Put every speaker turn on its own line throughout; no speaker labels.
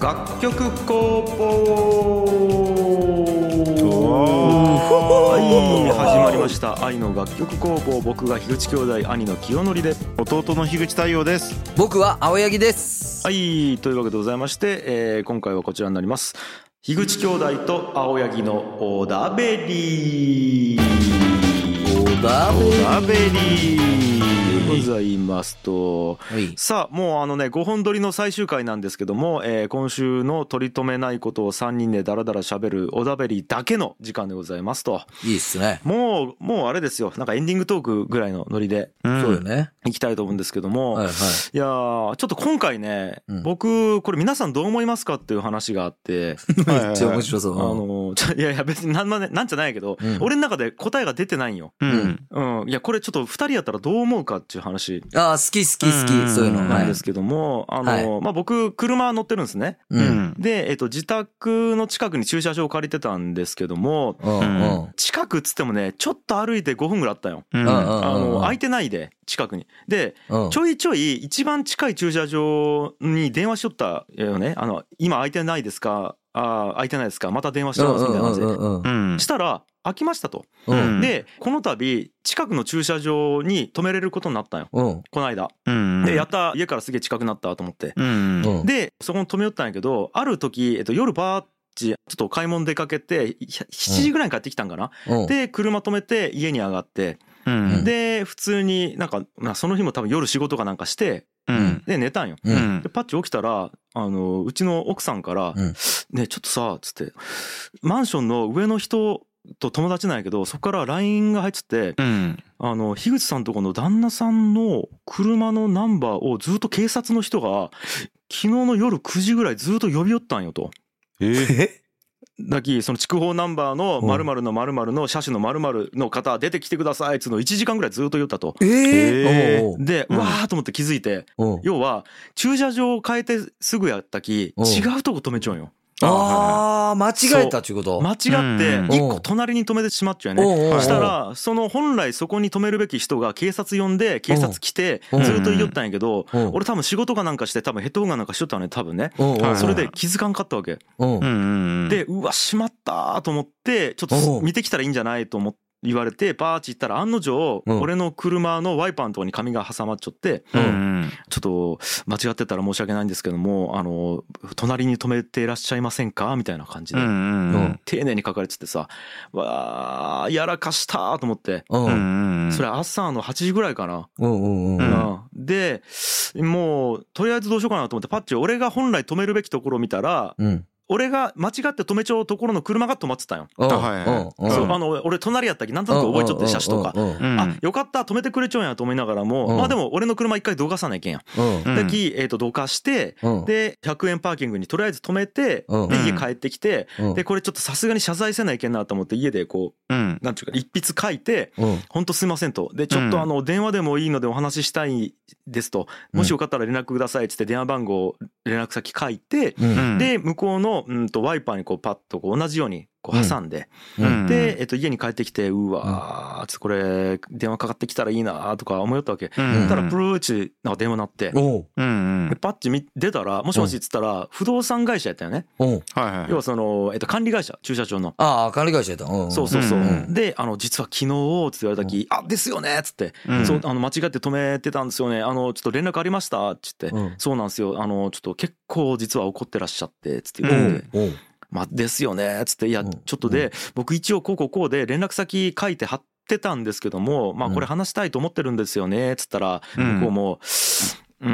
楽曲工房
おー
始まりました愛の楽曲工房僕が樋口兄弟兄の清則で
弟の樋口太陽です
僕は青柳です。
はいというわけでございまして、えー今回はこちらになります樋口兄弟と青柳のオーダーベリー
オーダーベリー
ラベリ
で
ー
ございますとさあもうあのね5本撮りの最終回なんですけども、えー今週の取り留めないことを3人でダラダラ喋るおだべりだけの時間でございますと
いいっすね。
もうもうあれですよなんかエンディングトークぐらいのノリで
うん
そうよね。
いきたいと思うんですけども、
はい
い
はい。
やーちょっと今回ね、
うん
僕これ皆さんどう思いますかっていう話があって、
はいはい
めっちゃ面白そ
あ
う。
のちょいやいや別になん,、まね、なんじゃないけど、
うん
俺の中で答えが出てないんよ、
う
うんん
うん、いやこれちょっと2人やったらどう思うかっていう話
ああ、好き好き好
うん
き、そういうの。
な
は
ん
い
で。すけども、あの、
は
まあ、僕、車乗ってるんですね。
う。
うんん
で、えっと、自宅の近くに駐車場を借りてたんですけども、
うん。うん。うん。
近くっつってもね、ちょっと歩いて5分ぐらいあったよ。
うん
うん
あの、空
い
いてないで、近くに。で、
うん
ちょいちょい一番近い駐車場に電話しとったよね。あの、今空いてないですかああ、空いてないですかまた電話してますみたいな感じ
う
で
ん。うん。うん。
うん
したら、空きましたと。
うん。
で、この度、近くの駐車場に止めれることになったんよ。
うん。
この間。
うん
で、やった、家からすげえ近くなったと思って。
うん
うん。
でそこに止めよったんやけどある時、えっと、夜バーッチちょっと買い物出かけてひ7時ぐらいに帰ってきたんかな、
うん、
で車止めて家に上がって、
うん
で普通になんか、まあ、その日も多分夜仕事かなんかして
うん
で寝たんよ。
うん
うん
でパッチ起きたらあのうちの奥さんから
うん
「ねちょっとさ」つってマンションの上の人と友達なんやけどそこから LINE が入ってて
うん
あの樋口さんとこの旦那さんの車のナンバーをずっと警察の人が昨日の夜9時ぐらいずっと呼び寄ったんよと。
え
だきその筑豊ナンバーの
うん
〇〇の〇〇の車種の〇〇の方出てきてくださいっつうの1時間ぐらいずっと言ったと。
えおう
で、
うん
わーと思って気づいて
おう
要は駐車場を変えてすぐやったき
うん
違うとこ止めちゃうんよ。
ああ、間違えたっちゅうこと。
間違って
うん
1個隣に止めてしまっちゃうよね。
おうおう
した、らその本来そこに止めるべき人が警察呼んで警察来て
うん
ずっと言いよったんやけど
うん
俺多分仕事かなんかして多分ヘッドホンかなんかしとったのね多分ね
おうおうおう
それで気づかんかったわけ
うん
うんうん
でうわしまったーと思ってちょっ
お
と
う
見てきたらいいんじゃないと思って言われてバーチ行ったら案の定
うん
俺の車のワイパーのとこに紙が挟まっちゃって
う
うん
ん
ちょっと間違ってたら申し訳ないんですけどもあの隣に止めていらっしゃいませんかみたいな感じ
う
で
んうん
丁寧に書かれててさわあやらかしたーと思って
うんうん
うん
それ朝の8時ぐらいかな。
うんうんうん
うんでもうとりあえずどうしようかなと思ってパッチ俺が本来止めるべきところを見たら
うん
俺が間違って止めちゃうところの車が止まってたんよ。
うん
はいはい
うん
そううんあの俺隣やったきなんとなく覚えちょって車種とか。
うんうん
うん
あよかった止めてくれちゃうんやと思いながらも、
うん
まあでも俺の車一回どかさないけんや。
うん
うん
だき、えー、とどかして
うん
で100円パーキングにとりあえず止めて
うん
で家帰ってきて
うん
でこれちょっとさすがに謝罪せないけんなと思って家でこ
うん
うなんていうか一筆書いて
うん
本当すいませんと。で、ちょっ
うん
とあの、電話でもいいのでお話ししたいですと。
うん
もしよかったら連絡くださいっつって電話番号、連絡先書いて、
うん
で、向こうの、うんと、ワイパーにこう、パッとこう、同じように、こう、挟んで、
うん
で、えっと、家に帰ってきて、うわー、ちょっとこれ、電話かかってきたらいいなーとか思いよったわけ。
う
そ
ん
したら、プルーチ、なんか電話鳴って、
おう
うんうん
でパッチ見出たら、もしもしっつったら、不動産会社やったよね。
おう
はいはい
要はその、えっと、管理会社、駐車場の。
ああ管理会社やったうん
そうそうそう。
うん
で、あの、実は昨日、つって言われたき、あ、ですよねっつって、
うん
そう、あの、間違って止めてたんですよね。あの、ちょっと連絡ありましたっつって、
うん
そうなんですよ。あの、ちょっと結構実は怒ってらっしゃって、つって言われて、
おう
まあ、ですよねっつって、いや、
うん
ちょっとで、僕一応こうこうこうで連絡先書いて貼ってたんですけども、まあ、
うん
これ話したいと思ってるんですよね、つったら、
うん
向こうも、うー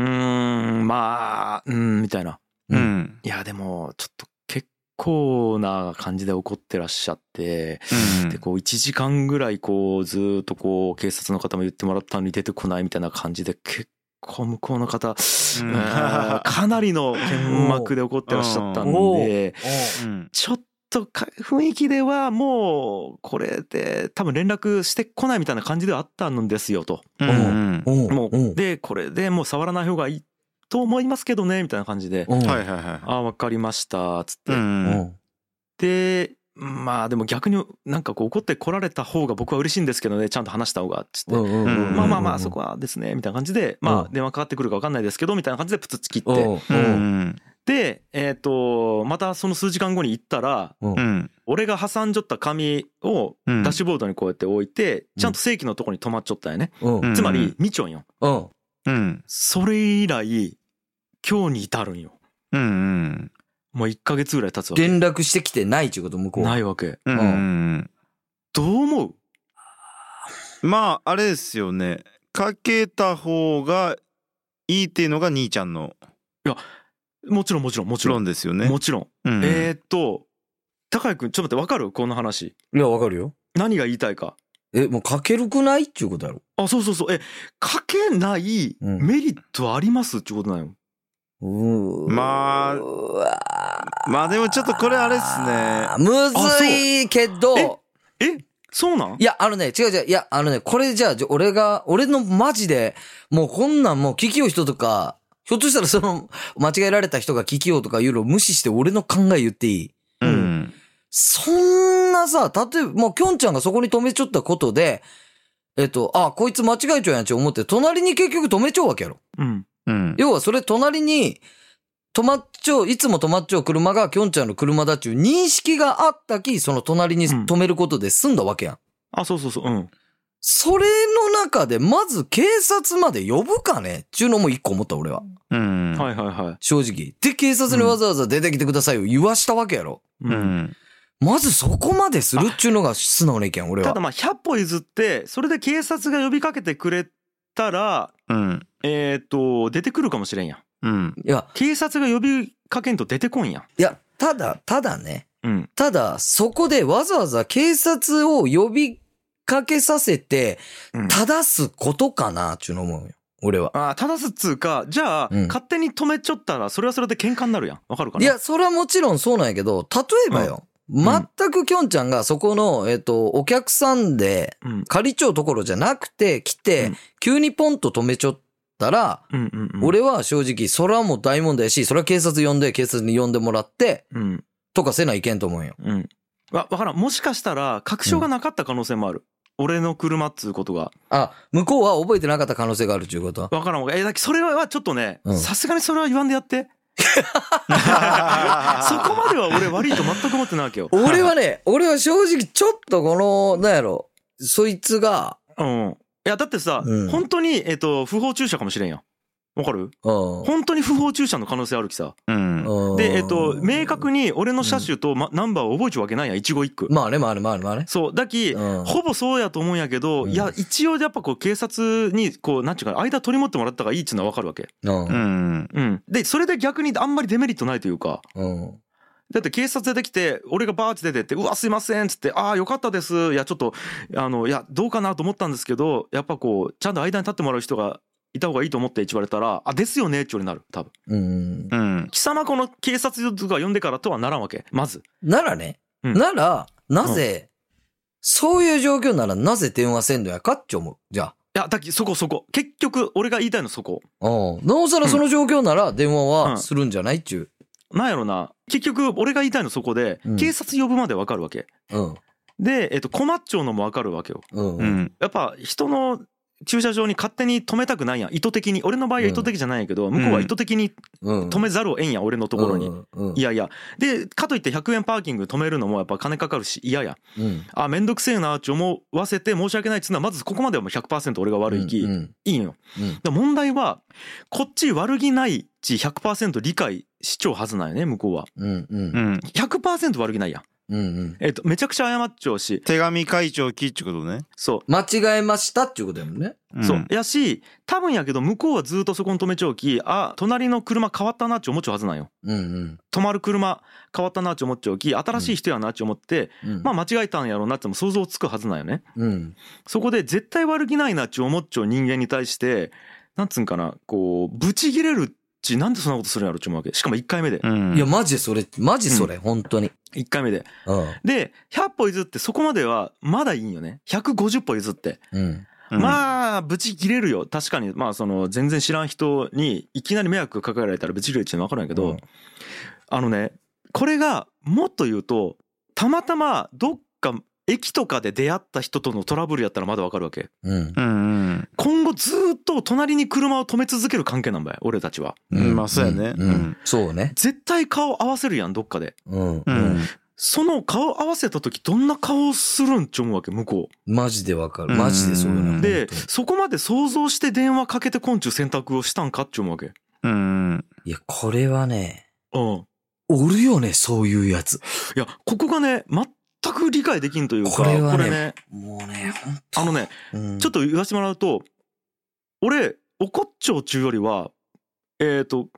ん、まあ、うん、みたいな。
うん
いや、でも、ちょっと結構な感じで怒ってらっしゃって、
うん
でこう1時間ぐらいこうずーっとこう警察の方も言ってもらったのに出てこないみたいな感じで結構向こうの方うーんかなりの剣幕で怒ってらっしゃったん
お
で
うん
ちょっとか雰囲気ではもうこれで多分連絡してこないみたいな感じではあったんですよと。
うんうん
おう
も
お
うでこれでもう触らない方がいいと思いますけどねみたいな感じで
お
はいはいはい
「ああ分かりました」つって
う。
うんん
でまあでも逆になんかこう怒ってこられた方が僕は嬉しいんですけどねちゃんと話した方がっつって、
うんうん
まあまあまあそこはですねみたいな感じで
う
まあ
ん
電話かかってくるか分かんないですけどみたいな感じでプツッチ切っ
おう
て
おう
うん
で、えっ、と、またその数時間後に行ったら、
うん。
俺が挟んじょった紙を
うん
ダッシュボードにこうやって置いて、ちゃんと正規のとこに止まっちょったんやね。
うん。うん。
つま
う
り
ん、
見ちょんよ。
うん。
うん。
それ以来、今日に至るんよ。
うん。
もう1ヶ月ぐらい経つわけ。
連絡してきてないっていうこと、向こうは。
ないわけ。
うん。うん。
どう思う
まあ、あれですよね。かけた方がいいっていうのが兄ちゃんの
もちろんもちろんもちろん。
論ですよね。
もちろん。
うん
えーっと、高井くん、ちょっと待って、わかるこの話。
いや、わかるよ。
何が言いたいか。
え、もう書けるくないっていうことやろ。
あ、そうそうそう。え、かけない
うん
メリットありますってことなのよ。
うー
まあ
うわー
まあでもちょっとこれあれっすね。
あーむずいけど、
え、そうなん
いや、あのね、違う違う、いや、あのね、これじゃあ、じゃあ俺が、俺のマジで、もうこんなんもう聞きよう人とか、ひょっとしたらその、間違えられた人が聞きようとかいうのを無視して俺の考え言っていい
うん。
そんなさ、例えば、もうきょんちゃんがそこに止めちょったことで、えっと、あ、こいつ間違えちゃうやんち思って、隣に結局止めちゃうわけやろ。
うん。
うん。
要はそれ隣に、止まっちょう、いつも止まっちょう車がきょんちゃんの車だっちゅう認識があったき、その隣に止めることで済んだわけやん。
あ、そうそうそう。うん。
それの中で、まず警察まで呼ぶかねっちゅうのも一個思った、俺は。
うん。
はいはいはい。
正直。で、警察にわざわざ出てきてくださいよ。言わしたわけやろ。
う。
うんん。
まずそこまでするっちゅうのが素直な意見、俺
た
は
だ。まあ、100歩譲って、それで警察が呼びかけてくれたら、
うん。
えーっと、出てくるかもしれんやん。
うん。
いや、
警察が呼びかけんと出てこんやん。
いや、ただ、ただね。
うん。
ただ、そこでわざわざ警察を呼びかけさせて、
うん
正すことかなっちゅうの思うよ。俺は。
あー正すっつうか、じゃあ、
うん
勝手に止めちょったら、それはそれで喧嘩になるやん。わかるかない
や、それはもちろんそうなんやけど、例えばよ。
ん
全くきょんちゃんがそこの、えっ、と、お客さんで、
うん。
借りちょうところじゃなくて、来
う
て
ん、
急にポンと止めちょったら、
うんうんうん。、
俺は正直、それはもう大問題やし、それは警察呼んで、警察に呼んでもらって、
うん。
とかせないけんと思うんよ。
うん。わ、わからん。もしかしたら、確証がなかった可能性もある。俺の車っつうことが。
あ、向こうは覚えてなかった可能性があるっていうこと
わからんわからん。え、だけどそれはちょっとね
う、ん
さすがにそれは言わんでや って。そこまでは俺悪いと全く思ってないわけよ。
俺はね、俺は正直ちょっとこの、なんやろ、そいつが、
うん。いや、だってさ、
うん
本当に、えっと、不法駐車かもしれんよ。わかる
うん。
本当に不法駐車の可能性あるきさ。
うん。
うん
で、えっと、明確に俺の車種と、ま、ナンバーを覚えちゃうわけないやん、一期一句。
まあね、まあね、まあね、まあね。
そう。だき、
うん
ほぼそうやと思うんやけど、
うん
いや、一応やっぱこう、警察に、こう、なんちゅうかな、間取り持ってもらった方がいいっつうのはわかるわけ。
うん
うん。
うん、でそれで逆にあんまりデメリットないというか
うん。
だって警察出てきて俺がバーって出てって「うわすいません」っつって「ああよかったです」いやちょっとあのいやどうかなと思ったんですけどやっぱこうちゃんと間に立ってもらう人がいた方がいいと思って一言われたら「あですよね」って俺なる多分
うん。
うん。
貴様この警察とか呼んでからとはならんわけまず
ならね、
うん
なら、なぜ、そういう状況ならなぜ電話せんのやかって思う。じゃ
いやだきそこそこ結局俺が言いたいのそこ
あ。うん。なおさらその状況なら電話
う
は
ん
するんじゃないっちゅ
なんやろな結局俺が言いたいのそこで
うん
警察呼ぶまでわかるわけ
う。うん。
で、えっと、困っちゃうのもわかるわけよ
うん。
う
うん。
ん。
やっぱ人の駐車場に勝手に止めたくないやん意図的に俺の場合は意図的じゃないんやけど、向こうは意図的に
うん。
止めざるをえんやん俺のところに、
うん。うん
い。やいやでかといって100円パーキング止めるのもやっぱ金かかるし嫌や
うん。
あめんどくせえなって思わせて申し訳ないっつうのはまずここまではもう100%俺が悪いき、
うん。う
い
ん
いんよ
うん。
で問題はこっち悪気ないち100%理解しちゃうはずなんよね向こうは
うん。う。
うんん。
100%悪気ないやん、
うん。
えっとめちゃくちゃ謝っちゃうし
手紙会長きっちゅうことね。
そう
間違えましたっていうことやもんね。
ん
そう。やし多分やけど向こうはずっとそこに止めちゃうきあ隣の車変わったなって思っちゃうはずなんよ
うん。
止まる車変わったなって思っちゃうき新しい人やなって思って、
うん。うん
まあ、間違えたんやろうなっても想像つくはずなんよね
うん。
そこで絶対悪気ないなって思っちゃう人間に対してなんつうんかなこうブチギレるっちなんでそんなことするんやろって思うわけしかも1回目で
うん。
いや、マジでそれ、マジそれ、本当に。
1回目で
うん。
で100歩譲ってそこまではまだいいんよね150歩譲って
うん。
うん、
まあ、ブチ切れるよ。確かに、まあ、その、全然知らん人に、いきなり迷惑かけられたらブチ切れるっていうのわかるんやけど、
うん
あのね、これが、もっと言うと、たまたま、どっか駅とかで出会った人とのトラブルやったらまだわかるわけ
うん。
うん
今後ずーっと隣に車を止め続ける関係なんばい俺たちは
うんまあそうやね
んんそうね。
絶対顔合わせるやんどっかで
うん。
うんうん
その顔合わせた時どんな顔するんち思うわけ向こ
マジでわかる。
うん
マジでそうな
う
うんでそこまで想像して電話かけてこんちゅう選択をしたんかっち思うわけ
うん
いや、これはね、
うん
おるよね、そういうやつ。
いやここがね全く理解できんというか
これはね
ね
もうね、ほ
あ
ん
のね
うん
ちょっと言わせてもらうと俺怒っちょうちゅうよりはえっ、と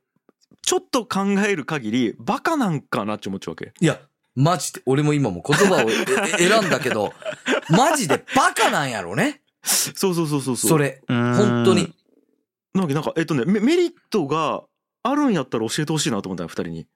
ちょっと考える限りバカなんかなって思っちゃうわけ
いや、マジで、俺も今も言葉をえ選んだけど、 マジでバカなんやろね。
そうそうそうそうそう
それ、本当に。
なわけなんかえっとねメメリットがあるんやったら教えてほしいなと思ったよ二人に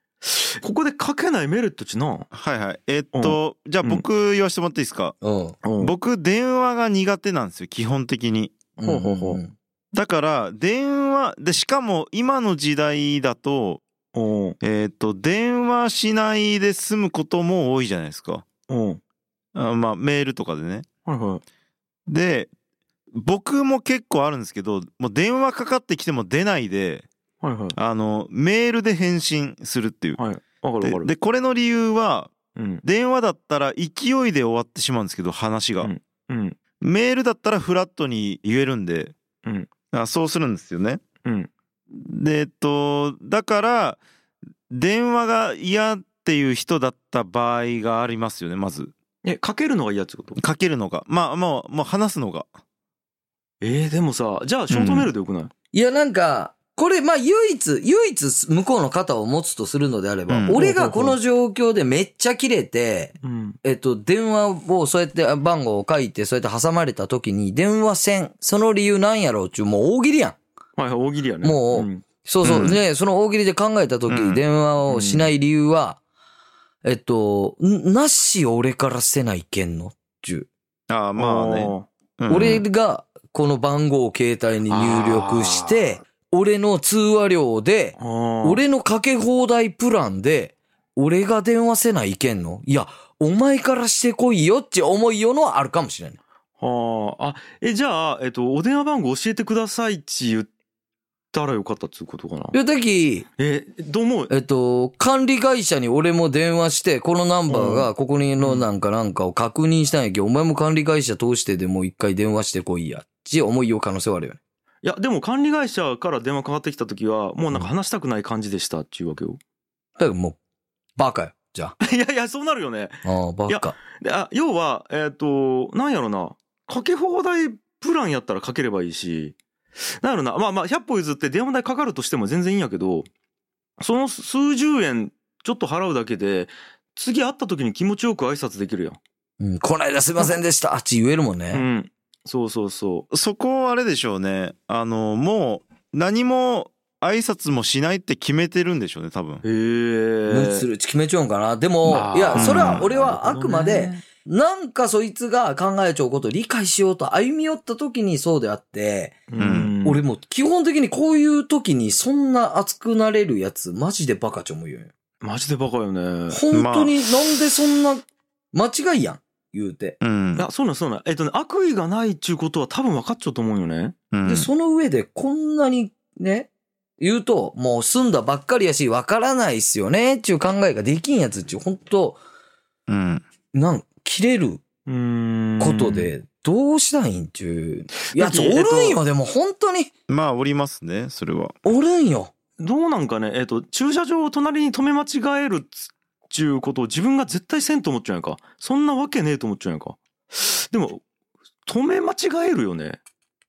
ここで書けないメリットっちな、
はいはいえっとじゃあ僕言わせてもらっていいですか
うん。
うん
僕電話が苦手なんですよ基本的に
ほうほうほうん
だから電話でしかも今の時代だと
うん
えっと電話しないで済むことも多いじゃないですか
うん
あまあメールとかでね
はいはい
で僕も結構あるんですけどもう電話かかってきても出ないで
はいはい
あのメールで返信するっていう、
はいわかるわか
で
る
でこれの理由は
うん
電話だったら勢いで終わってしまうんですけど話が、
うん
メールだったらフラットに言えるんで、
うん
あそうするんですよね
うん
でえっとだから電話が嫌っていう人だった場合がありますよねまず
え書けるのが嫌ってこと
かけるのがまあもうもう話すのが
えー、でもさじゃあショートメールでよくない、
いや、なんか、これ、まあ、唯一、唯一、向こうの肩を持つとするのであれば、
うん
俺がこの状況でめっちゃ切れて、
うん
えっと、電話をそうやってあ番号を書いて、そうやって挟まれた時に、電話せん。その理由なんやろうっちゅう、もう大喜利やん。
はいはい大喜利やね
もうんそうそう。
うん
ねその大喜利で考えた時、
うん
電話をしない理由は、えっと、んなし俺からせないけんのっちゅ
ああまあね、う
う。
ん
俺がこの番号を携帯に入力して、俺の通話料で、
あー
俺のかけ放題プランで、俺が電話せないけんのいや、お前からしてこいよって思いよのはあるかもしれない。
はああえじゃあ、えっと、お電話番号教えてくださいって言ったらよかったっつうことかな
いう時、
えどう思う
えっと、管理会社に俺も電話して、このナンバーがここにのなんかなんかを確認したんやけど、お前も管理会社通してでもう一回電話してこいや。ち思いよう可能性はあるよね。
いやでも管理会社から電話かかってきた時はもうなんか話したくない感じでしたっていうわけよ
だからもう、バカよ。じゃあ。
いやいやそうなるよね
ああ、バ
いや
カ。
であ要はえっ、となんやろなかけ放題プランやったらかければいいしなんやろなまあまあ100歩譲って電話代かかるとしても全然いいんやけどその数十円ちょっと払うだけで次会った時に気持ちよく挨拶できるやん
うん、こないだすいませんでした。ち言えるもん
う
ね。
んそうそうそう
そこはあれでしょうねあのもう何も挨拶もしないって決めてるんでしょうね多分
へ
無理す
え。
る。決めちゃうんかな。でも、
まあ
いや、それは俺は
な
あ
る
く
ほど
ま
ね
で、なんかそいつが考えちゃうことを理解しようと歩み寄った時にそうであって、
うん
俺もう基本的にこういう時にそんな熱くなれるやつ、マジでバカちょ思うよ。
マジでバカよね。
本当になんでそんな、間違いやん、言うて。
うん
いやそうなんそうなん。えっとね悪意がないっちゅうことは多分分かっちゃうと思うよね。
うん
で、その上でこんなにね、言うと、もう住んだばっかりやし、わからないっすよね、っていう考えができんやつっていう、本当
うん
なん、切れる
うーん。
こと。で、どうしたいんっていうやつおるん
えっ
よ、でも本当に。
まあおりますねそれは
おるんよ。
どうなんかねえっと駐車場を隣に止め間違えるっちゅうことを自分が絶対せんと思っちゃうんやんか。そんなわけねえと思っちゃうんやんか。でも止め間違えるよね。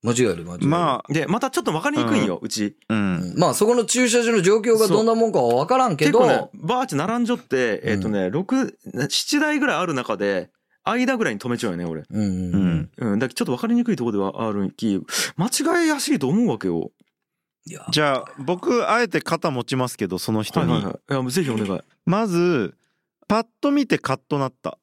間違える、間違える。
ま
でまたちょっと分かりにくいんよ、うち。
あうん
うんまあそこの駐車場の状況がどんなもんかは分からんけ
結
ど、
構ねバーチ並んじゃってえっとね六七台ぐらいある中で間ぐらいに止めちゃうよね俺。
うん
う
うん
ん
うん、だけどちょっと分かりにくいところではあるき間違いやすいと思うわけよ。
いや
じゃあ僕あえて肩持ちますけどその人
はい
に、
はいはい。いやもうぜひお願い。
まずパッと見てカッとなった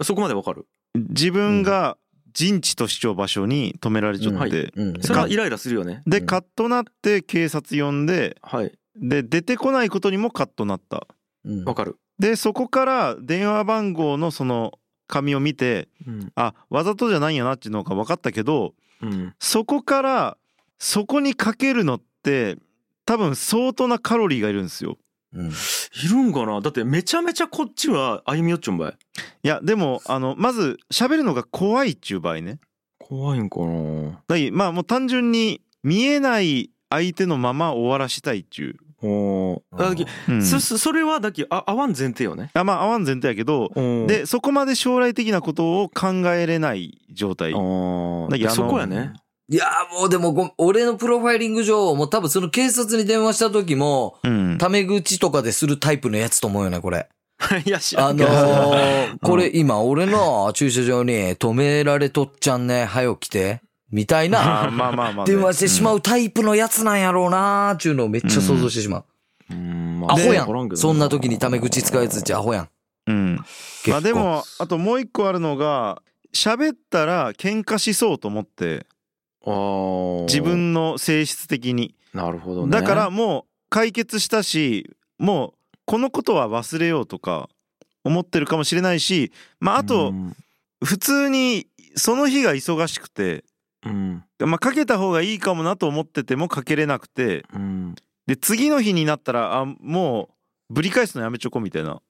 そこまで分かる。
自分が陣地と主張場所に止められちゃって、
うんは
うん
それはイライラするよね。
で
うん
カッとなって警察呼んで
はい。
で出てこないことにもカッとなった
うん
分かる。
でそこから電話番号のその紙を見て
うん
あわざとじゃないんやなっていうのが分かったけど
うん
そこからそこにかけるのって多分相当なカロリーがいるんですよ。
うん。
いるんかなだってめちゃめちゃこっちは歩み寄っちょんばい
いやでもあのまず喋るのが怖いっちゅう場合ね。
怖いんかな
だいまあもう単純に見えない相手のまま終わらしたいっちゅ
おーだっけ
う。うん、
そそれはだっけあ合わん前提よね
あまあ合わん前提やけど
で
でそこまで将来的なことを考えれない状態。だけどあの
そこやね
いやーもうでもご、俺のプロファイリング上、もう多分その警察に電話した時も、
うん、
タメ口とかでするタイプのやつと思うよね、これ。
いや知ら
あ
ん
の
けど
ー、 これ今、俺の駐車場に止められとっちゃんね、早起きて、みたい
あー まあ
な、
まあまあ、
電話してしま
う
うタイプのやつなんやろうなーっていうのをめっちゃ想像してしまう。
うんまあ
アホや
わからけ
ん。
ど
そんな時にタメ口使うやつってアホや
ん。
ん。
うん
結構
まあで、もあともう一個あるのが喋ったら喧嘩しそうと思って
あー
自分の性質的に
なるほどね
だからもう解決したしもうこのことは忘れようとか思ってるかもしれないしまああ
う
と
ん
普通にその日が忙しくて、
うん
まあ、かけた方がいいかもなと思っててもかけれなくて
うん
で次の日になったらあもうぶり返すのやめちょこみたいな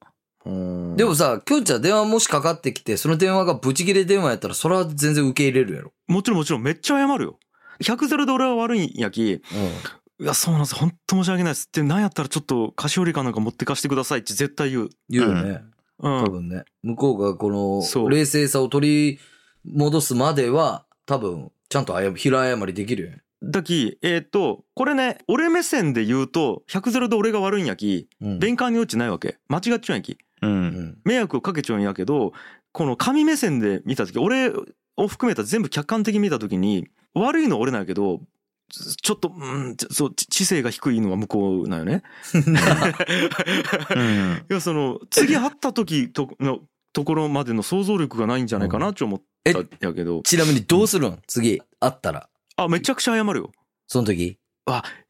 うん
でもさ、きょんちゃん電話もしかかってきて、その電話がブチ切れ電話やったら、それは全然受け入れるやろ。
もちろんもちろんめっちゃ謝るよ100ゼロで俺は悪いんやきいやそうなんです本当申し訳ないですってなんやったらちょっと菓子折りかなんか持ってかしてくださいって絶対言う
言うよね。
うん
多分ね。向こうがこ
そ
の、
う
冷静さを取り戻すまでは、多分、ちゃんと謝平謝りできるよね。
だきえーっとこれね俺目線で言うと100ゼロで俺が悪いんやき
うん
弁解の余地ないわけ間違っちゃうんやき
うん、
うん
迷惑をかけちゃうんやけどこの紙目線で見た時俺を含めた全部客観的に見た時に悪いのは俺なんやけどちちょっとうんちょそうち知性が低いのは向こうなんよね。
うん
いやその次会った時とのところまでの想像力がないんじゃないかなって思ったんやけど
ちなみにどうするん次、会ったら。
あめちゃくちゃ謝るよ。
その時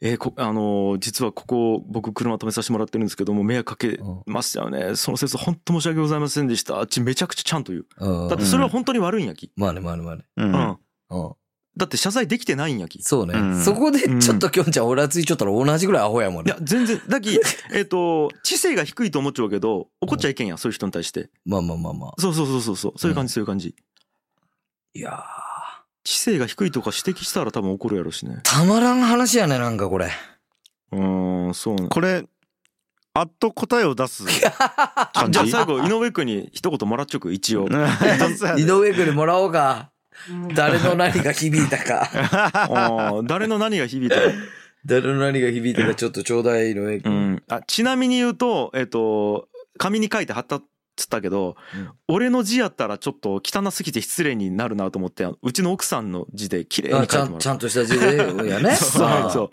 えーこあのー実はここ僕車止めさせてもらってるんですけども迷惑かけ
うん
ましたよねその説本当申し訳ございませんでしたあっちめちゃくちゃちゃんと言う
うん
だってそれは本当に悪いんやき、
まあね、まあね、まあね。
うん
うん、
うん
だって謝罪できてないんやき。い
そうね、
うん
そこでちょっときょんちゃん俺はついちゃったら同じぐらいアホやもんね
や。全然だ きえっと知性が低いと思っちゃうけど怒っちゃいけんやそういう人に対して
まあまあまあまあ。
そうそうそうそうそうそういう感じそういう感じ
いやー
知性が低いとか指摘したら多分怒るやろうしね
たまらん話やね、なんかこれ。
うーんそうね
これあっと答えを出す
あ
感
じ
じ
ゃあ最後井上君に一言もらっちょく一 応
井上くんにもらおうか。誰の何が響いたか。
あー誰の何が響いたか
誰の何が響いたかちょっとちょうだい、井上く。
うんん、あちなみに言うと,、えっと紙に書いて貼ったっつったけど、
うん
俺の字やったらちょっと汚すぎて失礼になるなと思ってうちの奥さんの字で綺麗に書
あ
い
ち
て
ゃ
もら
ん
う
ちゃんとした字で やね。
そう
さあ
そ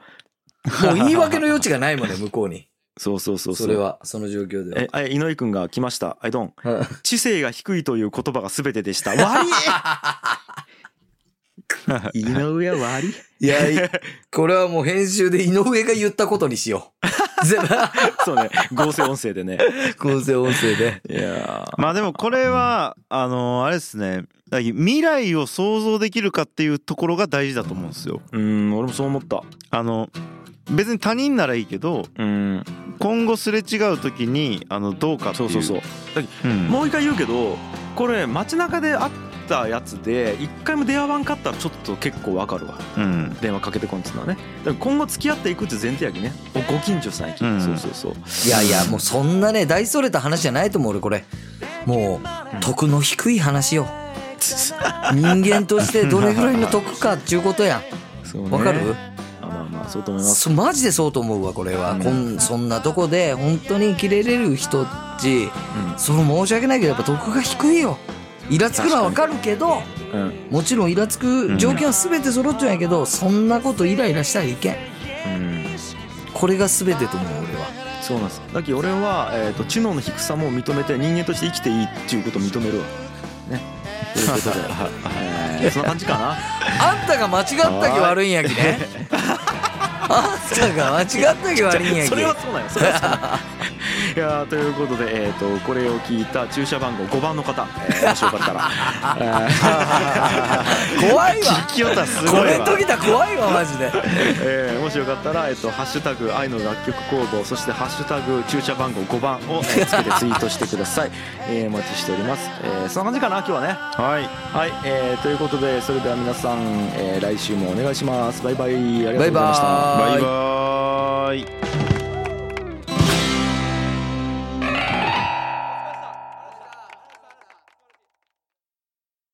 う
もう言い訳の余地がないもんね、向こうに。
そうそうそうそう
それは、その状況で
えあ井上君が来ましたアイドン
は。
知性が低いという言葉が全てでした悪い井上は悪い
いや、いこれはもう編集で井上が言ったことにしよ う。全部、
そうね合成音声でね
構成音声で。
いや
まあでもこれはあのあれですねだ未来を想像できるかっていうところが大事だと思うんですよ。
ーうん俺もそう思った
あの別に他人ならいいけど
うん
今後すれ違う時にあのどうかって
そ
いうう
そうそう
うん
もう一回言うけどこれ街中で会ったやつで一回も出会わんかったらちょっと結構わかるわ
うん
電話かけてこんっつうのはねだから今後付き合っていくって前提やきねおご近所さんやき、
うん
そうそうそう
いやいや、もうそんなね、大それた話じゃないと思う、俺、これ。もう、得の低い話よ。人間としてどれぐらいの得かっていうことや
そうね
ん。わかる、
あまあまあそうと思います
そマジでそうと思うわこれは、
うん
こんそんなとこで本当にキレれる人っちその申し訳ないけどやっぱ得が低いよイラつくのはわかるけど
うん、うん
もちろんイラつく条件は全て揃っちゃうんやけど、そんなことイライラしたらいけんこれが全てと思う俺は
そうなんですだき俺は、えー、と知能の低さも認めて人間として生きていいっていうことを認めるわねということで、えーそんな感じかな
あんたが間違ったき悪いんやきねあんたが間違ったき悪いんやき
それはそうなんよそれはそうなんよ いやーということで、えー、とこれを聞いた駐車番号5番の方、えー、もしよかった らえー
怖いわ
聞きよったらす
コ
ご
メ
い
ン
わ
ト来た怖いわマジで
えーもしよかったら「えっとハッシュタグ愛の楽曲工房」そして「ハッシュタグ注射番号5番」を、えーつけてツイートしてください、えーお待ちしております、えーそんな感じかな今日はね
はい
はい、えーということでそれでは皆さん、えー来週もお願いしますバイバイありがとうございました
バイ
バ
バーイ
イバーイ